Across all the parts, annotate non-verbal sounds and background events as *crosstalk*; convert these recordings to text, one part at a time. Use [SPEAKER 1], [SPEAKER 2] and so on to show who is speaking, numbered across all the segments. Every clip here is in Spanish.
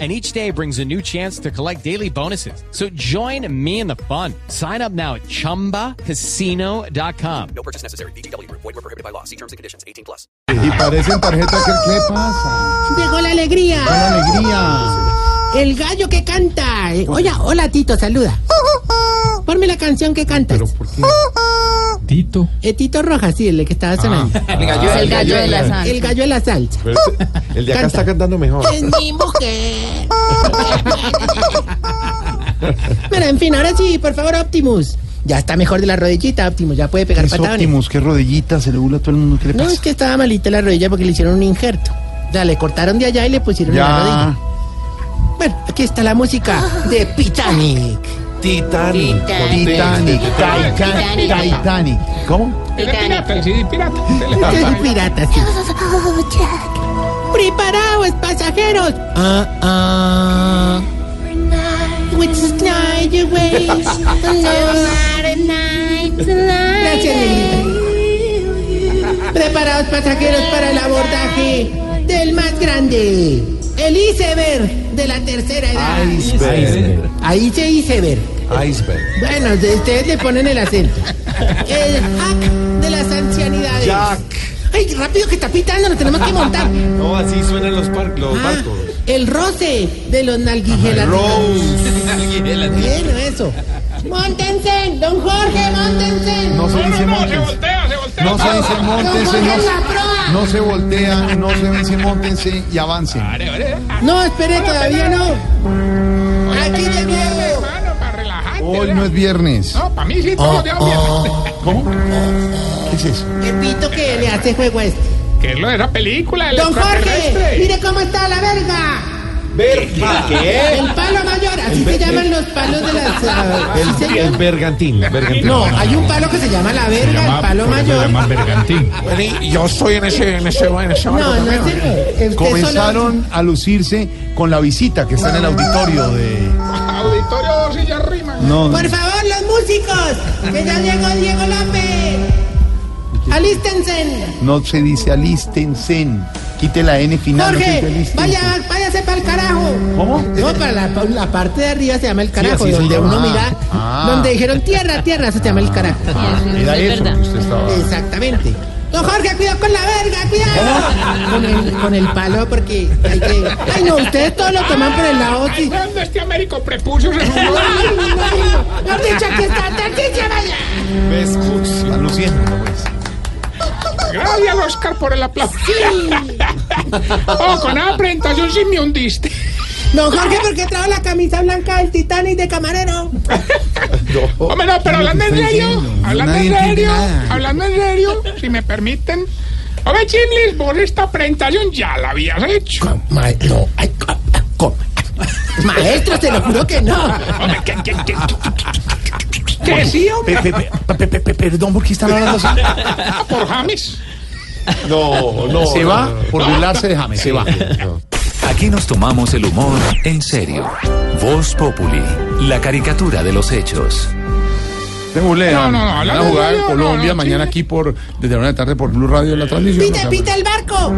[SPEAKER 1] and each day brings a new chance to collect daily bonuses. So join me in the fun. Sign up now at ChumbaCasino.com.
[SPEAKER 2] No purchase necessary. BGW. Void were prohibited by law. See terms and conditions. 18 plus.
[SPEAKER 3] Y parecen tarjetas que ¿qué pasa?
[SPEAKER 4] Llegó la alegría.
[SPEAKER 3] ¡Qué alegría!
[SPEAKER 4] El gallo que canta. Eh, Hola, hola Tito, saluda. Ponme la canción que cantas.
[SPEAKER 3] ¿Por qué?
[SPEAKER 5] Tito.
[SPEAKER 4] Eh, Tito Rojas, sí, el que estaba sonando.
[SPEAKER 3] El gallo,
[SPEAKER 6] el gallo de la sal.
[SPEAKER 4] El gallo de la salsa.
[SPEAKER 3] Pero este- el de acá
[SPEAKER 4] Canta.
[SPEAKER 3] está cantando mejor.
[SPEAKER 4] Es mi mujer. Pero en fin, ahora sí, por favor, Optimus. Ya está mejor de la rodillita, Optimus. Ya puede pegar
[SPEAKER 7] Es
[SPEAKER 4] patadas.
[SPEAKER 7] Optimus, qué rodillita, se le burla a todo el mundo. ¿Qué le
[SPEAKER 4] No,
[SPEAKER 7] pasa?
[SPEAKER 4] es que estaba malita la rodilla porque le hicieron un injerto. O sea, le cortaron de allá y le pusieron en la rodilla.
[SPEAKER 7] Ya.
[SPEAKER 4] Bueno, aquí está la música de Titanic.
[SPEAKER 3] Titanic.
[SPEAKER 7] Titanic. Titanic. Titanic. ¿Cómo?
[SPEAKER 5] pirata, sí, pirata.
[SPEAKER 4] Ustedes piratas. sí. Preparaos, pasajeros. Ah, ah. Which night you wait. Gracias, negrita. Preparaos, pasajeros, para el abordaje del más grande. El iceberg de la tercera edad.
[SPEAKER 3] Iceberg.
[SPEAKER 4] Ahí se iceberg.
[SPEAKER 3] Iceberg.
[SPEAKER 4] Bueno, de- ustedes le ponen el acento. El hack de las ancianidades. ¡Ay, rápido que está pitando! ¡Nos tenemos que montar!
[SPEAKER 3] No, así suenan los, par- los
[SPEAKER 4] Ah, el roce de los nalguigelas. Bueno, eso. ¡Móntense! ¡Don Jorge, móntense!
[SPEAKER 7] No se dice montense.
[SPEAKER 5] voltea, se voltea.
[SPEAKER 7] No se dice
[SPEAKER 4] ¡Don
[SPEAKER 7] montense.
[SPEAKER 4] Jorge
[SPEAKER 7] No
[SPEAKER 4] en la
[SPEAKER 7] se,
[SPEAKER 4] proa!
[SPEAKER 7] no se voltea, no se dice montense y avancen.
[SPEAKER 5] Vale, vale.
[SPEAKER 4] No, espere, todavía no. Aquí llegó.
[SPEAKER 5] Hermano, para relajarte.
[SPEAKER 7] Hoy no es viernes.
[SPEAKER 5] No, para mí
[SPEAKER 3] Oh,
[SPEAKER 5] sí, todo de
[SPEAKER 4] Oh.
[SPEAKER 7] ¿Cómo? ¿Qué es eso?
[SPEAKER 4] El pito que le hace juego a este.
[SPEAKER 5] ¿Qué es lo de esa película? El
[SPEAKER 4] ¡Don Jorge!
[SPEAKER 5] extraterrestre?
[SPEAKER 4] ¡Mire cómo está la verga!
[SPEAKER 3] ¿Qué?
[SPEAKER 4] Eh. El palo mayor, así se llaman los palos de las. ah, sí,
[SPEAKER 3] El,
[SPEAKER 4] señor.
[SPEAKER 3] el bergantín. bergantín.
[SPEAKER 4] No, hay un palo que se llama la verga, el palo mayor. No,
[SPEAKER 3] *laughs*
[SPEAKER 5] bergantín.
[SPEAKER 3] yo estoy en ese, en ese, en ese
[SPEAKER 4] no es
[SPEAKER 7] Comenzaron a lucirse con la visita que está en el auditorio de.
[SPEAKER 5] Auditorio Silla Rima.
[SPEAKER 7] No,
[SPEAKER 4] Por favor, los músicos, que ya llegó Diego López. Alístense.
[SPEAKER 7] no se dice alístense. Quite la N final. no se dice
[SPEAKER 4] Jorge,
[SPEAKER 7] alístense.
[SPEAKER 4] vaya, váyase para el carajo.
[SPEAKER 7] ¿Cómo?
[SPEAKER 4] No, para la, pa- la parte de arriba se llama el carajo,
[SPEAKER 3] así se
[SPEAKER 4] donde
[SPEAKER 3] llama.
[SPEAKER 4] uno mira,
[SPEAKER 7] Ah.
[SPEAKER 4] donde dijeron tierra, tierra, eso se llama el carajo.
[SPEAKER 7] Ah, era
[SPEAKER 6] Es
[SPEAKER 7] eso
[SPEAKER 6] verdad.
[SPEAKER 7] que usted estaba.
[SPEAKER 4] Exactamente. Don Jorge, cuidado con la verga, cuidado. Con el, con el palo, porque hay que. Ay, no, ustedes todos lo toman por el lado.
[SPEAKER 5] Ay,
[SPEAKER 4] sí.
[SPEAKER 5] fue donde este Américo prepucio se subió.
[SPEAKER 3] *laughs*
[SPEAKER 4] Ay, no, no, dicho que está, que se vaya.
[SPEAKER 7] Ves, está luciendo, pues.
[SPEAKER 5] Gracias, Oscar, por el aplauso. *laughs* Oh, con esa presentación sí me hundiste.
[SPEAKER 4] Don Jorge, ¿por qué trajo la camisa blanca del Titanic de camarero?
[SPEAKER 5] Hombre, no, pero
[SPEAKER 7] Oh, ¿qué
[SPEAKER 5] hablando en
[SPEAKER 7] está
[SPEAKER 5] serio,
[SPEAKER 7] diciendo?
[SPEAKER 5] hablando
[SPEAKER 7] Nadie
[SPEAKER 5] en
[SPEAKER 7] entiende
[SPEAKER 5] serio,
[SPEAKER 7] nada.
[SPEAKER 5] hablando en serio, si me permiten. Hombre, Chimlis, vos esta presentación ya la habías hecho.
[SPEAKER 4] Ma- no, ay, co- co- Maestro, te lo juro que no.
[SPEAKER 5] Hombre, que, que, que, que- que sí, hombre,
[SPEAKER 7] Pe- pe- pe- pe- pe- pe- perdón, ¿por qué están hablando así?
[SPEAKER 5] por James.
[SPEAKER 3] No, no.
[SPEAKER 7] Se va por burlarse de James, se va.
[SPEAKER 8] Aquí nos tomamos el humor en serio. Voz Populi, la caricatura de los hechos.
[SPEAKER 7] Tengo
[SPEAKER 5] No,
[SPEAKER 7] no,
[SPEAKER 5] no, no,
[SPEAKER 7] Van a
[SPEAKER 5] hablando
[SPEAKER 7] jugar
[SPEAKER 5] en serio,
[SPEAKER 7] Colombia
[SPEAKER 5] no, no,
[SPEAKER 7] mañana
[SPEAKER 5] sí.
[SPEAKER 7] aquí por desde la una de la tarde por Blue Radio la transmisión.
[SPEAKER 4] Pita,
[SPEAKER 7] o sea,
[SPEAKER 4] pita el barco.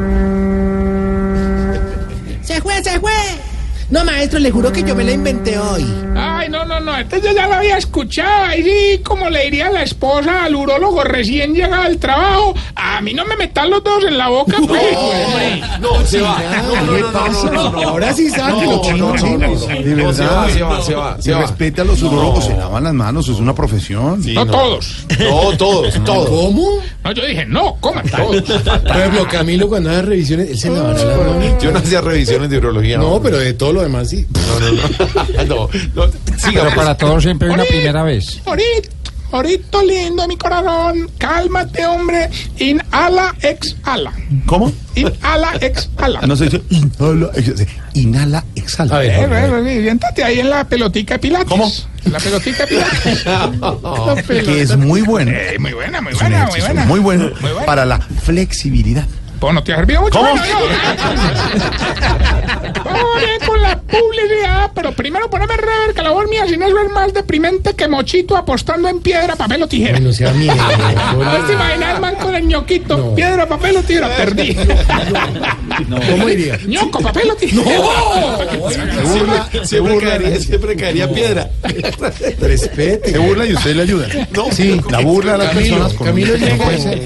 [SPEAKER 4] Se fue, se fue. No, maestro, le juro que yo me la inventé hoy.
[SPEAKER 5] Ay, no, no, no, entonces yo ya la había escuchado. Ahí sí, como le diría la esposa al urólogo recién llegado al trabajo, a mí no me metan los dos en la boca, pues.
[SPEAKER 3] se va.
[SPEAKER 7] ¿Qué pasa?
[SPEAKER 4] Ahora sí sabe que lo
[SPEAKER 7] No, no, no, no, no, de
[SPEAKER 3] No, se va,
[SPEAKER 7] verdad.
[SPEAKER 3] se va, se va.
[SPEAKER 7] Se
[SPEAKER 3] se va.
[SPEAKER 7] respeta a los urologos, se lavan las manos, es una profesión.
[SPEAKER 3] Sí,
[SPEAKER 5] No todos.
[SPEAKER 3] No, todos, todos.
[SPEAKER 4] ¿Cómo?
[SPEAKER 5] No, yo dije, no, coman *laughs* todos.
[SPEAKER 9] Por ejemplo, Camilo cuando hace revisiones, él se lavaba las manos.
[SPEAKER 3] Yo no hacía revisiones de urología.
[SPEAKER 9] No, pero de todo lo demás sí.
[SPEAKER 3] *laughs* No, no, no. no, no. Siga, pues.
[SPEAKER 5] Una primera vez. Ahorita, Orito lindo de mi corazón, cálmate, hombre. Inhala, exhala.
[SPEAKER 7] ¿Cómo?
[SPEAKER 5] Inhala, exhala.
[SPEAKER 7] No sé, yo- inhala, exhala. Inhala, exhala.
[SPEAKER 9] A ver,
[SPEAKER 5] Eh, bueno, sí, siéntate ahí en la pelotica de Pilates.
[SPEAKER 7] ¿Cómo?
[SPEAKER 5] En la pelotica de Pilates. *laughs* La pelota-
[SPEAKER 7] que es muy bueno.
[SPEAKER 5] Eh, muy buena, muy
[SPEAKER 7] Es un
[SPEAKER 5] buena, muy
[SPEAKER 7] ejercicio
[SPEAKER 5] buena.
[SPEAKER 7] muy bueno
[SPEAKER 5] Muy buena.
[SPEAKER 7] para la flexibilidad.
[SPEAKER 5] Pues no te ha servido mucho.
[SPEAKER 7] ¿Cómo?
[SPEAKER 5] bueno, yo- Vamos bien con la publicidad, pero primero poneme rever que la voz mía sin eso es más deprimente que mochito apostando en piedra, papel o tijera.
[SPEAKER 9] No sea
[SPEAKER 4] *laughs*
[SPEAKER 9] miedo.
[SPEAKER 5] ¿No te imaginas el man con el ñoquito? Piedra, papel o tijera, perdí.
[SPEAKER 9] ¿Cómo iría?
[SPEAKER 5] Ñoco, papel o tijera.
[SPEAKER 3] Se burla, se burla, siempre caería piedra.
[SPEAKER 9] Respete.
[SPEAKER 7] Se burla y usted le ayuda.
[SPEAKER 3] No,
[SPEAKER 7] Sí, la burla a las
[SPEAKER 9] Camilo,
[SPEAKER 7] personas con
[SPEAKER 9] Camilo
[SPEAKER 7] mucho que no
[SPEAKER 9] llega
[SPEAKER 7] puede
[SPEAKER 9] y-
[SPEAKER 7] ser.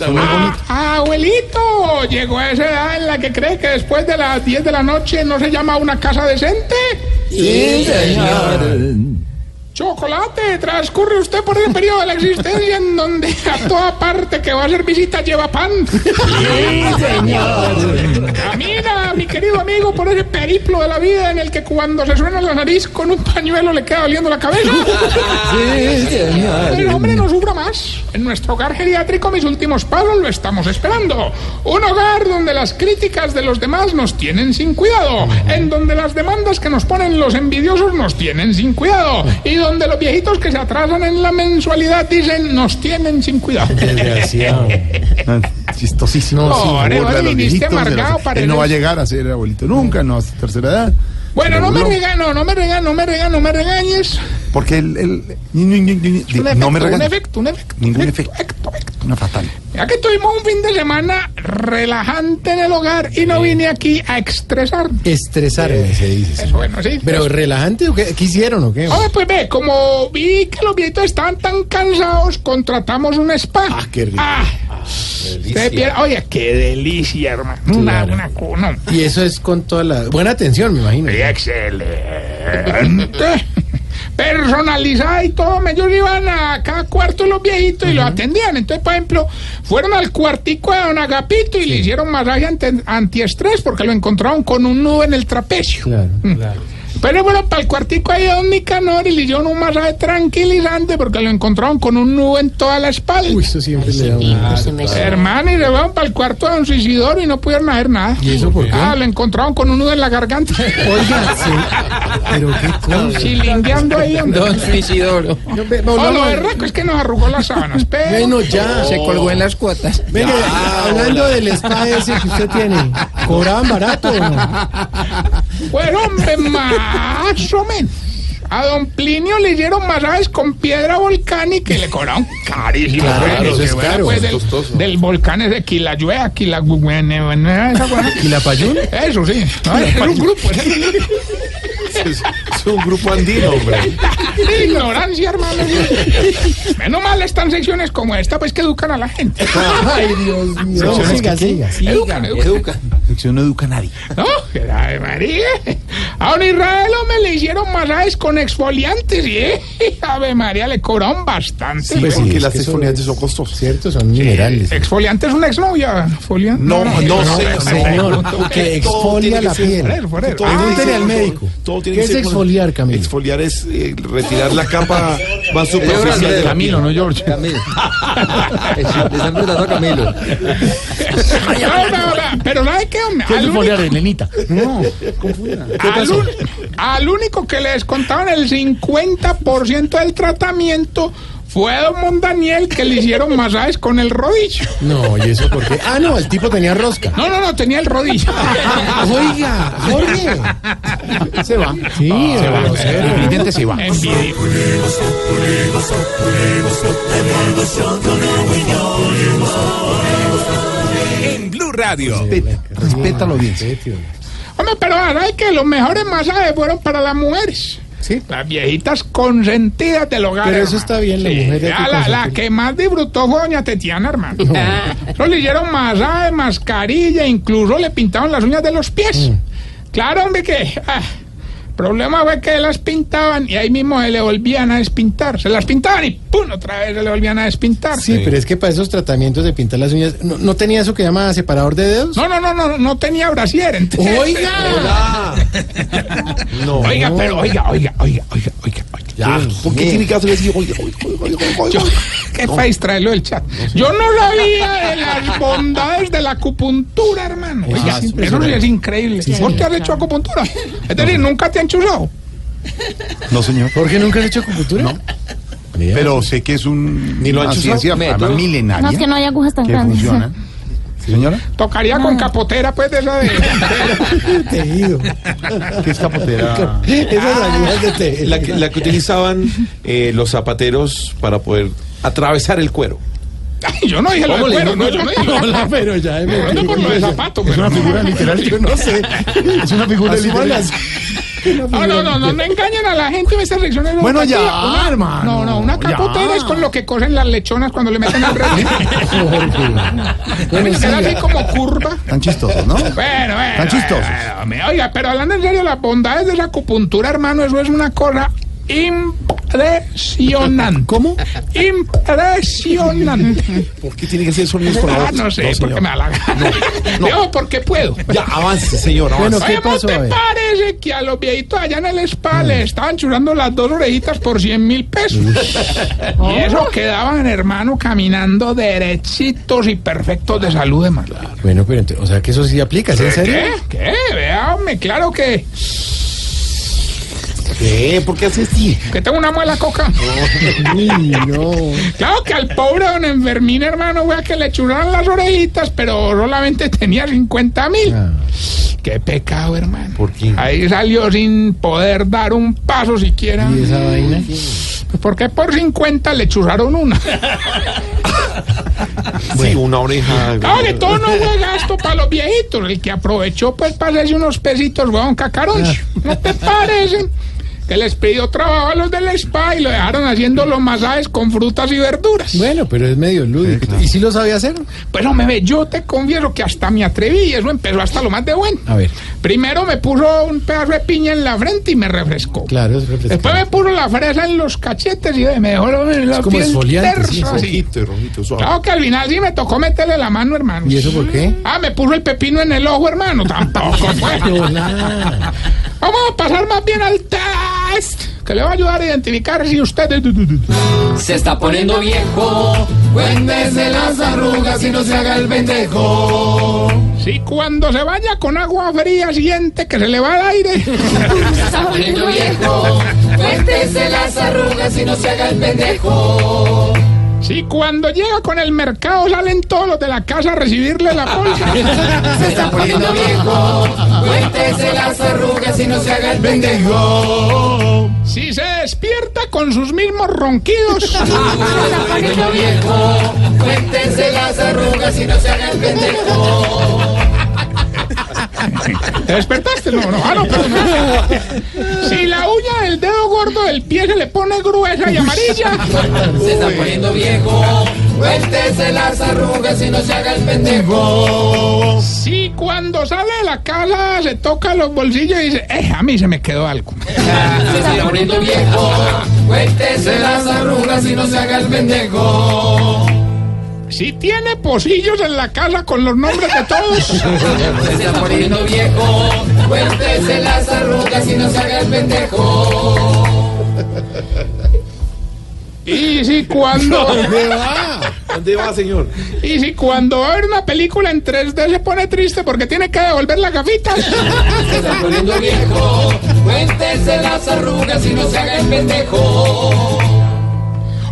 [SPEAKER 5] Ah, ah, abuelito, llegó a esa edad en la que cree que después de las 10 de la noche no se llama una casa decente. Chocolate, transcurre usted por el periodo de la existencia en donde a toda parte que va a hacer visita lleva pan. Camina, mi querido amigo, por ese periplo de la vida en el que cuando se suena la nariz con un pañuelo le queda oliendo la cabeza. El hombre no sufra más. En nuestro hogar geriátrico mis últimos pasos lo estamos esperando. Un hogar donde las críticas de los demás nos tienen sin cuidado. En donde las demandas que nos ponen los envidiosos nos tienen sin cuidado. Y donde los viejitos que se atrasan en la mensualidad dicen nos tienen sin *laughs* cuidado.
[SPEAKER 9] Desgraciado.
[SPEAKER 7] Ah, Chistosísimo.
[SPEAKER 5] No,
[SPEAKER 7] sí,
[SPEAKER 5] ahora
[SPEAKER 7] burla de los
[SPEAKER 5] viniste
[SPEAKER 7] viejitos, de los-
[SPEAKER 5] amargado para
[SPEAKER 7] Él no
[SPEAKER 5] el-
[SPEAKER 7] va a llegar a ser abuelito nunca, no, a su tercera edad.
[SPEAKER 5] Bueno,
[SPEAKER 7] Se
[SPEAKER 5] no me
[SPEAKER 7] burló.
[SPEAKER 5] regañes, no, no me regañes, no me regañes, no me regañes.
[SPEAKER 7] Porque él. él- ni- ni- ni- ni-
[SPEAKER 5] Un
[SPEAKER 7] di- No me
[SPEAKER 5] efecto, Un
[SPEAKER 7] regañes.
[SPEAKER 5] efecto, un efecto.
[SPEAKER 7] Ningún
[SPEAKER 5] un
[SPEAKER 7] efecto.
[SPEAKER 5] efecto, efecto.
[SPEAKER 7] Una fatal.
[SPEAKER 5] Ya que tuvimos un fin de semana relajante en el hogar y no vine aquí a estresar.
[SPEAKER 9] Estresarme, se dice. sí.
[SPEAKER 5] Eso bueno, sí.
[SPEAKER 9] Pero relajante, ¿o qué? ¿Qué hicieron o qué?
[SPEAKER 5] Oye, pues ve, como vi que los viejitos estaban tan cansados, contratamos un spa. Ah,
[SPEAKER 9] qué rico.
[SPEAKER 5] ustedes vieron- oye, qué delicia, hermano. Una,
[SPEAKER 9] Claro.
[SPEAKER 5] una cuna.
[SPEAKER 9] Y eso es con toda la. Buena atención, me imagino.
[SPEAKER 5] Excelente. *laughs* Personalizada y todo. Ellos iban a cada cuarto los viejitos y los atendían. Entonces, por ejemplo, fueron al cuartico de don Agapito y le hicieron masaje ante- antiestrés porque lo encontraron con un nudo en el trapecio.
[SPEAKER 9] Claro, claro.
[SPEAKER 5] Pero bueno, para el cuartico ahí don Nicanor y le hicieron un masaje tranquilizante porque lo encontraron con un nudo en toda la espalda.
[SPEAKER 9] Uy, eso siempre le da un.
[SPEAKER 5] Hermano, y le van para el cuarto de don Suicidoro y no pudieron hacer nada.
[SPEAKER 9] ¿Y eso por qué?
[SPEAKER 5] Ah, lo encontraron con un nudo en
[SPEAKER 9] *laughs*
[SPEAKER 5] la garganta.
[SPEAKER 9] Oiga, sí. Pero qué cosa.
[SPEAKER 5] Chilingueando ahí, hombre.
[SPEAKER 6] Don Suicidoro.
[SPEAKER 9] No, ve- no,
[SPEAKER 5] Oh,
[SPEAKER 9] no,
[SPEAKER 5] lo
[SPEAKER 9] no.
[SPEAKER 5] de Raco es que nos arrugó las sábanas, pero...
[SPEAKER 9] Bueno, ya.
[SPEAKER 4] Oh,
[SPEAKER 6] Se colgó en las cuotas.
[SPEAKER 9] Venga, hablando del spa ese que usted tiene, ¿cobraban barato o no?
[SPEAKER 5] Bueno, Pues, hombre, más o menos. A don Plinio le hicieron masajes con piedra volcánica y le cobraron carísimo.
[SPEAKER 9] Claro,
[SPEAKER 5] pues,
[SPEAKER 9] eso
[SPEAKER 5] que
[SPEAKER 9] es
[SPEAKER 5] bueno,
[SPEAKER 9] caro,
[SPEAKER 5] pues,
[SPEAKER 9] es
[SPEAKER 5] del,
[SPEAKER 3] costoso.
[SPEAKER 5] del volcán es de Quilayue, a Quilagüene, bueno, esa cosa.
[SPEAKER 9] *laughs* ¿Quilapayún?
[SPEAKER 5] Eso sí. No, es un grupo. es un grupo.
[SPEAKER 3] Es, es un grupo andino, hombre.
[SPEAKER 5] Ignorancia, hermano. Menos mal están secciones como esta, pues que educan a la gente.
[SPEAKER 9] Ay, Dios mío. No,
[SPEAKER 7] Secciones
[SPEAKER 9] siga,
[SPEAKER 7] que-
[SPEAKER 9] siga.
[SPEAKER 5] Educan, educan.
[SPEAKER 7] Sección no educa a nadie.
[SPEAKER 5] No, Ave María. A un Israel me le hicieron masajes con exfoliantes y eh, *laughs* Ave María le cobraron bastante.
[SPEAKER 3] Pues
[SPEAKER 9] sí,
[SPEAKER 3] porque
[SPEAKER 9] es
[SPEAKER 3] las
[SPEAKER 9] que eso
[SPEAKER 3] exfoliantes
[SPEAKER 9] es-
[SPEAKER 3] son eh, costosas.
[SPEAKER 9] Cierto, son minerales.
[SPEAKER 5] Exfoliante es una exnovia. Exfoliante.
[SPEAKER 3] No, no,
[SPEAKER 9] No,
[SPEAKER 3] sé,
[SPEAKER 9] señor,
[SPEAKER 3] no, eh, no,
[SPEAKER 9] que
[SPEAKER 3] todo
[SPEAKER 9] exfolia
[SPEAKER 3] tiene
[SPEAKER 9] la
[SPEAKER 3] que ser-
[SPEAKER 5] Por eso,
[SPEAKER 9] piel.
[SPEAKER 5] por eso.
[SPEAKER 3] Todo
[SPEAKER 5] Ah,
[SPEAKER 3] tiene que
[SPEAKER 9] pregúntele
[SPEAKER 3] ser
[SPEAKER 9] al
[SPEAKER 3] con-
[SPEAKER 9] médico.
[SPEAKER 3] Todo tiene
[SPEAKER 9] ¿Qué
[SPEAKER 3] que
[SPEAKER 9] es
[SPEAKER 3] ser con-
[SPEAKER 9] exfoliar, Camilo?
[SPEAKER 3] Exfoliar es eh, retirar la capa más superficial de la piel.
[SPEAKER 6] no George. Camilo. Le están preguntando a Camilo.
[SPEAKER 5] no, no, no, Pero ¿sabe qué, hombre? Al, único-
[SPEAKER 7] Elenita? No.
[SPEAKER 5] al un- al único que le descontaban el 50% del tratamiento fue a Don Mondaniel que le hicieron masajes con el rodillo.
[SPEAKER 9] No, ¿y eso por qué? Ah, no, el tipo tenía rosca.
[SPEAKER 5] No, no, no, tenía
[SPEAKER 3] *laughs*
[SPEAKER 5] el rodillo.
[SPEAKER 9] Oiga, Jorge. Se va. Sí,
[SPEAKER 3] Ah,
[SPEAKER 9] se va.
[SPEAKER 7] Evidente se va.
[SPEAKER 5] Envidia.
[SPEAKER 8] En Blue Radio.
[SPEAKER 7] Respeta la audiencia.
[SPEAKER 5] Hombre, pero ahora es que los mejores masajes fueron para las mujeres.
[SPEAKER 9] Sí.
[SPEAKER 5] Las viejitas consentidas del hogar.
[SPEAKER 9] Pero eso está
[SPEAKER 5] hermano.
[SPEAKER 9] bien, la mujer hay
[SPEAKER 5] ya
[SPEAKER 9] que
[SPEAKER 5] la, la
[SPEAKER 9] consentir.
[SPEAKER 5] que más disfrutó fue doña Tetiana, hermano. Eso le hicieron masaje, mascarilla, incluso le pintaron las uñas de los pies.
[SPEAKER 9] Mm.
[SPEAKER 5] Claro, hombre, que. ah, problema fue que las pintaban y ahí mismo se le volvían a despintar. Se las pintaban y ¡pum! otra vez se le volvían a despintar.
[SPEAKER 9] Sí, pero es que para esos tratamientos de pintar las uñas, ¿no, no tenía eso que llama separador de dedos?
[SPEAKER 5] No, no, no, no, no tenía brasier. entonces-
[SPEAKER 9] Oiga.
[SPEAKER 5] Oiga, pero oiga, oiga, oiga, oiga, oiga, oiga.
[SPEAKER 3] Ya, ah, ¿por qué tiene que hacer así? Oye, oye, oye, oye, oye,
[SPEAKER 5] Yo,
[SPEAKER 3] oye.
[SPEAKER 5] *laughs* qué país traelo el chat. Yo no sabía de las bondades de la acupuntura, hermano. Oiga,
[SPEAKER 9] es
[SPEAKER 5] eso sí
[SPEAKER 9] impresionante.
[SPEAKER 5] es increíble. ¿Por qué has hecho acupuntura? Es decir, nunca te han chuzado.
[SPEAKER 7] No, señor.
[SPEAKER 9] ¿Por qué nunca han hecho acupuntura? No.
[SPEAKER 7] Pero sé que es un,
[SPEAKER 3] Ni lo han
[SPEAKER 7] una
[SPEAKER 3] hecho,
[SPEAKER 7] ciencia
[SPEAKER 6] ¿no?
[SPEAKER 7] además,
[SPEAKER 6] Método.
[SPEAKER 7] milenaria.
[SPEAKER 10] No, es que no hay agujas tan
[SPEAKER 7] que
[SPEAKER 10] grandes.
[SPEAKER 7] funciona. ¿Sí, señora?
[SPEAKER 5] Tocaría con capotera, pues, de esa de...
[SPEAKER 9] *laughs*
[SPEAKER 5] *laughs*
[SPEAKER 9] Te digo.
[SPEAKER 7] ¿Qué es capotera?
[SPEAKER 9] Esas ayudas de te.
[SPEAKER 3] La que, la que utilizaban eh, los zapateros para poder atravesar el cuero.
[SPEAKER 5] Ay, yo no dije lo de
[SPEAKER 3] ¿Cómo le
[SPEAKER 5] cuero,
[SPEAKER 3] digo?
[SPEAKER 5] no, yo no dije lo de
[SPEAKER 9] Hola, pero ya me
[SPEAKER 5] cuero, no por
[SPEAKER 9] *laughs*
[SPEAKER 5] lo de zapato.
[SPEAKER 7] Es
[SPEAKER 5] pero
[SPEAKER 7] una
[SPEAKER 5] no.
[SPEAKER 7] figura literal, yo no sé. Es una figura
[SPEAKER 9] Así van
[SPEAKER 7] literal.
[SPEAKER 9] las-
[SPEAKER 5] Ah, no, no, no, no engañen a la gente pues, con estas reacciones.
[SPEAKER 7] Bueno, ya,
[SPEAKER 5] educativas. Una-
[SPEAKER 7] hermano,
[SPEAKER 5] No, no, una
[SPEAKER 7] ya.
[SPEAKER 5] capotera es con lo que cosen las lechonas cuando le meten el rey.
[SPEAKER 9] *laughs* Bueno,
[SPEAKER 5] Queda así
[SPEAKER 9] siga.
[SPEAKER 5] como curva.
[SPEAKER 7] Tan chistosos, ¿no?
[SPEAKER 5] Bueno, bueno.
[SPEAKER 7] Tan chistosos.
[SPEAKER 5] bueno, me- oiga, pero hablando en serio, las bondades de la acupuntura, hermano, eso es una cosa impresionante. ¿Cómo? Impresionante.
[SPEAKER 3] ¿Por qué tiene que hacer sonidos con la
[SPEAKER 5] Ah,
[SPEAKER 3] boca?
[SPEAKER 5] no sé,
[SPEAKER 3] señor.
[SPEAKER 5] porque me halaga. No, porque puedo.
[SPEAKER 3] Ya, avance, señor, avance.
[SPEAKER 9] Bueno, ¿qué
[SPEAKER 5] Oye, ¿vos
[SPEAKER 9] pasó? A
[SPEAKER 5] te
[SPEAKER 9] ver.
[SPEAKER 5] parece que a los viejitos allá en el spa le estaban churando las dos orejitas por 100 mil pesos? y eso quedaban, hermano, caminando derechitos y perfectos de salud, hermano.
[SPEAKER 9] Bueno, pero ent- o sea que eso sí aplica, ¿sí? ¿en serio?
[SPEAKER 5] ¿Qué? ¿Qué? Veame, claro que,
[SPEAKER 3] ¿Qué? ¿Por qué hace así?
[SPEAKER 5] que tengo una muela coca.
[SPEAKER 9] Uy, no.
[SPEAKER 5] Claro que al pobre don Enfermín, hermano, wea, que le churaron las orejitas, pero solamente tenía 50 mil.
[SPEAKER 9] Ah.
[SPEAKER 5] Qué pecado, hermano.
[SPEAKER 3] ¿Por qué?
[SPEAKER 5] Ahí salió sin poder dar un paso siquiera.
[SPEAKER 9] ¿Y esa vaina?
[SPEAKER 5] Pues, ¿Por qué por 50 le
[SPEAKER 9] *laughs*
[SPEAKER 5] churraron una?
[SPEAKER 3] Sí, una oreja.
[SPEAKER 5] Claro que todo no fue gasto para los viejitos. El que aprovechó, pues, para hacerse unos pesitos, weón, cacarón.
[SPEAKER 9] Ah.
[SPEAKER 5] ¿No te parecen? Que les pidió trabajo a los del spa y lo dejaron haciendo los masajes con frutas y verduras.
[SPEAKER 9] Bueno, pero es medio lúdico. ¿Y si lo sabía hacer?
[SPEAKER 5] Pero Pues me ve, yo te confieso que hasta me atreví y eso empezó hasta lo más de bueno.
[SPEAKER 9] A ver,
[SPEAKER 5] Primero me puso un pedazo de piña en la frente y me refrescó.
[SPEAKER 9] claro, es
[SPEAKER 5] Después me
[SPEAKER 9] refrescante.
[SPEAKER 5] puso la fresa en los cachetes y me dejó la la
[SPEAKER 9] como
[SPEAKER 5] piel
[SPEAKER 9] esfoliante, sí,
[SPEAKER 5] tersa, así.
[SPEAKER 3] Rojito, rojito, suave.
[SPEAKER 5] Claro que al final sí me tocó meterle la mano, hermano.
[SPEAKER 9] ¿Y eso por qué?
[SPEAKER 5] Ah, me puso el pepino en el ojo, hermano. Tampoco pues.
[SPEAKER 9] *laughs*
[SPEAKER 5] fue.
[SPEAKER 9] Hola.
[SPEAKER 5] Vamos a pasar más bien al test, que le va a ayudar a identificar si usted...
[SPEAKER 6] Se está poniendo viejo. Cuéntese las arrugas y no se haga el pendejo.
[SPEAKER 5] Si cuando se vaya con agua fría siente que se le va el
[SPEAKER 6] *laughs*
[SPEAKER 5] aire.
[SPEAKER 6] Se está poniendo viejo. Cuéntese las arrugas y no se haga el pendejo.
[SPEAKER 5] Si cuando llega con el mercado salen todos los de la casa a recibirle la
[SPEAKER 6] *laughs*
[SPEAKER 5] bolsa.
[SPEAKER 6] Se está poniendo viejo. Cuéntese las arrugas y no se haga el pendejo.
[SPEAKER 5] Si se despierta con sus mismos
[SPEAKER 6] *laughs*
[SPEAKER 5] ronquidos.
[SPEAKER 6] Se está poniendo viejo. Cuéntese las arrugas y no se haga el pendejo.
[SPEAKER 5] ¿Te despertaste? No, no, ah, no, perdón. Si la uña del dedo gordo del pie se le pone gruesa y amarilla.
[SPEAKER 6] Se está poniendo viejo. Cuéntese las arrugas y no se haga el pendejo.
[SPEAKER 5] Si cuando sale de la casa se toca los bolsillos y dice, eh, a mí se me quedó algo.
[SPEAKER 6] Se está poniendo viejo. Cuéntese las arrugas y no se haga el pendejo.
[SPEAKER 5] Si tiene pocillos en la casa con los nombres de todos.
[SPEAKER 6] *laughs* Se está poniendo viejo. Cuéntese las arrugas y no se haga el pendejo.
[SPEAKER 5] Y si cuando...
[SPEAKER 3] ¿Dónde va, señor?
[SPEAKER 5] Y si cuando va a ver una película en 3D se pone triste porque tiene que devolver las gafitas.
[SPEAKER 6] Se está poniendo viejo. Cuéntese las arrugas y no se haga el pendejo.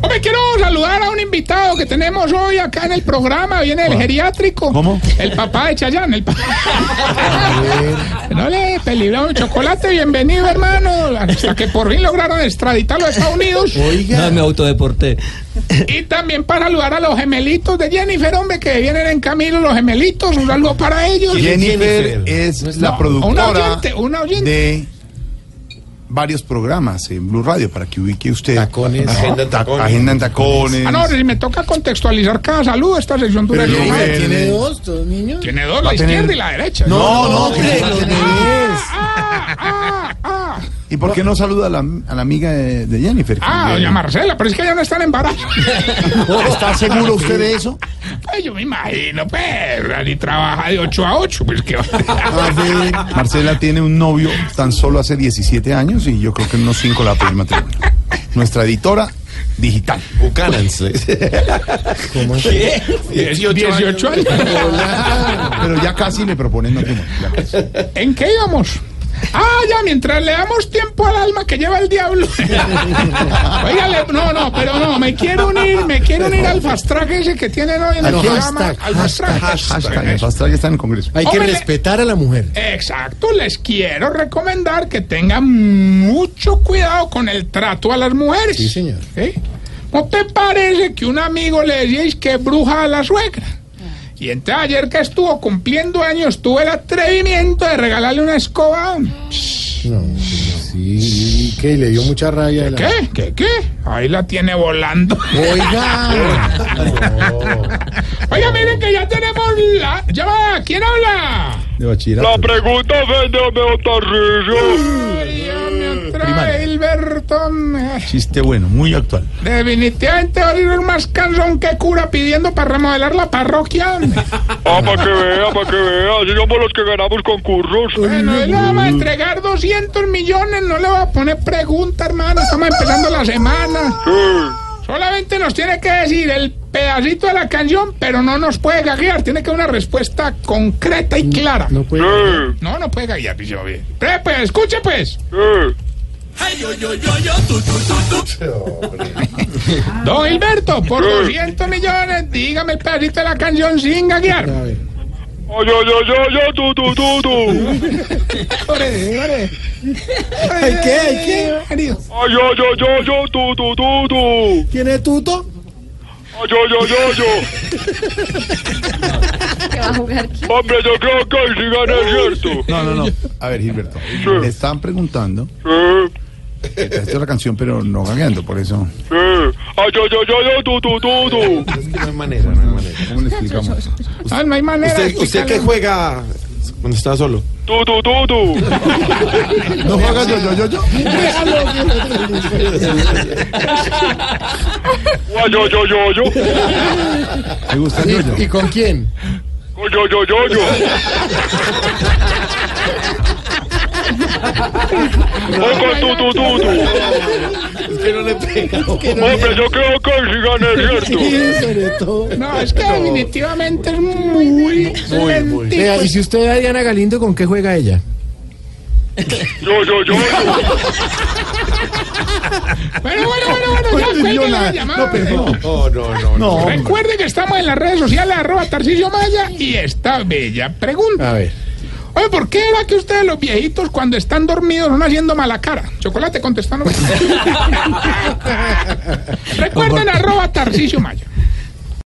[SPEAKER 5] Hombre, quiero saludar a un invitado que tenemos hoy acá en el programa, viene del geriátrico.
[SPEAKER 7] ¿Cómo?
[SPEAKER 5] El papá de Chayán,
[SPEAKER 7] *laughs*
[SPEAKER 5] el papá. no le peligro un chocolate, bienvenido hermano. Hasta que por fin lograron extraditarlo a Estados Unidos.
[SPEAKER 9] Oiga.
[SPEAKER 6] me autodeporté.
[SPEAKER 5] Y también para saludar a los gemelitos de Jennifer, hombre, que vienen en camino los gemelitos. Un saludo para ellos.
[SPEAKER 7] Jennifer
[SPEAKER 3] Jennifer?
[SPEAKER 7] es la
[SPEAKER 5] No,
[SPEAKER 7] productora
[SPEAKER 5] Una oyente, una oyente.
[SPEAKER 7] de varios programas en Blue Radio para que ubique usted.
[SPEAKER 9] Tacones.
[SPEAKER 3] Agenda en
[SPEAKER 7] Ta-
[SPEAKER 3] tacones.
[SPEAKER 7] Agenda en tacones.
[SPEAKER 5] Ah, no, si me toca contextualizar cada saludo, esta sección dura.
[SPEAKER 7] Pero
[SPEAKER 5] diez
[SPEAKER 7] yo-
[SPEAKER 5] horas.
[SPEAKER 9] ¿Tiene dos, dos niños?
[SPEAKER 5] Tiene dos, la
[SPEAKER 7] a tener-
[SPEAKER 5] izquierda y la derecha.
[SPEAKER 7] no, no, que-
[SPEAKER 9] hombre, los niños.
[SPEAKER 5] Ah, ah, ah,
[SPEAKER 7] ¿Y por qué no saluda a la, a la amiga de, de Jennifer?
[SPEAKER 5] ah, doña Marcela, pero es que ya no están embarazo.
[SPEAKER 7] ¿Está seguro usted de eso?
[SPEAKER 5] Pues yo me imagino, pero ni trabaja de 8 a 8, pues que
[SPEAKER 7] *laughs* Marcela tiene un novio tan solo hace 17 años y yo creo que en unos 5 la pedí matrimonio. nuestra editora digital.
[SPEAKER 3] Buchanan. sí.
[SPEAKER 5] 18, años.
[SPEAKER 7] Pero ya casi le proponen matrimonio. ya casi.
[SPEAKER 5] ¿En qué íbamos? Ah, ya, mientras le damos tiempo al alma que lleva el diablo. *laughs* Oígale, no, no, pero no, me quiero unir, me quiero unir al fast track ese que tienen hoy en el
[SPEAKER 9] Al
[SPEAKER 5] programa.
[SPEAKER 9] hashtag,
[SPEAKER 5] Al fast track.
[SPEAKER 7] Hashtag, el
[SPEAKER 5] Eso.
[SPEAKER 7] fast track está en el Congreso.
[SPEAKER 9] Hay que
[SPEAKER 5] Hombre.
[SPEAKER 9] respetar a la mujer.
[SPEAKER 5] Exacto, les quiero recomendar que tengan mucho cuidado con el trato a las mujeres.
[SPEAKER 9] Sí, señor.
[SPEAKER 5] ¿Sí? ¿No te parece que un amigo le decís que bruja a la suegra? Y entonces ayer que estuvo cumpliendo años, tuve el atrevimiento de regalarle una escoba.
[SPEAKER 9] Ah. No, pero sí, ¿y ¿qué? Le dio mucha rabia. la-
[SPEAKER 5] ¿Qué? ¿Qué? ¿Qué? Ahí la
[SPEAKER 9] *laughs*
[SPEAKER 5] tiene volando. *laughs*
[SPEAKER 9] Oiga.
[SPEAKER 5] Oiga, miren que ya tenemos la... Ya va, ¿quién habla?
[SPEAKER 7] De bachillerato.
[SPEAKER 10] pregunta es de Tarrillo.
[SPEAKER 5] Ay, Dios mío, otra
[SPEAKER 7] Primaria.
[SPEAKER 5] vez, Hilberto.
[SPEAKER 7] Chiste bueno, muy actual.
[SPEAKER 5] Definitivamente va a ir más cansón que cura pidiendo para remodelar la parroquia.
[SPEAKER 10] Ah, para que vea, para que vea. Así somos los que ganamos concursos.
[SPEAKER 5] Bueno, él le vamos a entregar 200 millones, no le va a poner pregunta, hermano. Estamos empezando la semana. Solamente nos tiene que decir el pedacito de la canción, pero no nos puede gaguear. Tiene que dar una respuesta concreta y clara.
[SPEAKER 9] No puede.
[SPEAKER 5] No, no puede gaguear, picho bien. Pre, pues, escuche, pues. *laughs* Don Gilberto, por 200 millones, dígame el pedacito de la canción sin gaguear.
[SPEAKER 9] A ver.
[SPEAKER 10] Ay, ay, ay, ay, ay, tu, tu, tu, tu.
[SPEAKER 5] Ore, ore.
[SPEAKER 9] ¿Ay, qué? ¿Ay, qué?
[SPEAKER 5] Marido.
[SPEAKER 10] Ay, ay, ay, ay, ay, tu, tu, tu, tu.
[SPEAKER 9] ¿Quién es Tuto?
[SPEAKER 10] Ay, ay, ay, ay, ay. Hombre, yo creo que ahí sí gané, ¿cierto?
[SPEAKER 7] No, no, no. A ver, Gilberto. Le estaban preguntando
[SPEAKER 10] Sí,
[SPEAKER 7] Esta es la canción, pero no gagueando, por eso.
[SPEAKER 10] sí. eh. Ay, ay, ay, ay, ay, tu, tu, tu, tu.
[SPEAKER 3] Es que no hay manera, no hay manera.
[SPEAKER 7] ¿Cómo le explicamos?
[SPEAKER 5] Ah, no hay manera. de
[SPEAKER 3] ¿Usted, usted que
[SPEAKER 5] explicarlo.
[SPEAKER 3] juega cuando está solo?
[SPEAKER 10] Tu, tu, tu, tu.
[SPEAKER 7] No juegas yo, yo, yo, yo.
[SPEAKER 10] Ay, ay, ay, ay, ay.
[SPEAKER 7] Me gusta el yo, yo.
[SPEAKER 9] ¿Y, y con quién?
[SPEAKER 10] Ay, ay, ay, ay, ay. Ay, con tu, tu, tu, tu.
[SPEAKER 3] Es que no le pega.
[SPEAKER 10] Hombre, yo creo que ahí sí gané, ¿cierto?
[SPEAKER 9] Sí, sobre todo.
[SPEAKER 5] No, es que definitivamente es muy, lentico.
[SPEAKER 9] Vea, y si usted ve a Diana Galindo, ¿con qué juega ella?
[SPEAKER 10] Yo, yo, yo, yo.
[SPEAKER 5] Bueno, bueno, bueno, *laughs* bueno, ya cuelgue la llamada.
[SPEAKER 3] Oh, no, no, no.
[SPEAKER 5] Recuerde que estamos en las redes sociales, arroba Tarcisio Maya, y esta bella pregunta.
[SPEAKER 9] A ver.
[SPEAKER 5] Oye, ¿por qué era que ustedes los viejitos cuando están dormidos son haciendo mala cara? *laughs* Chocolate contestando. Recuerden arroba Tarcisio Maya.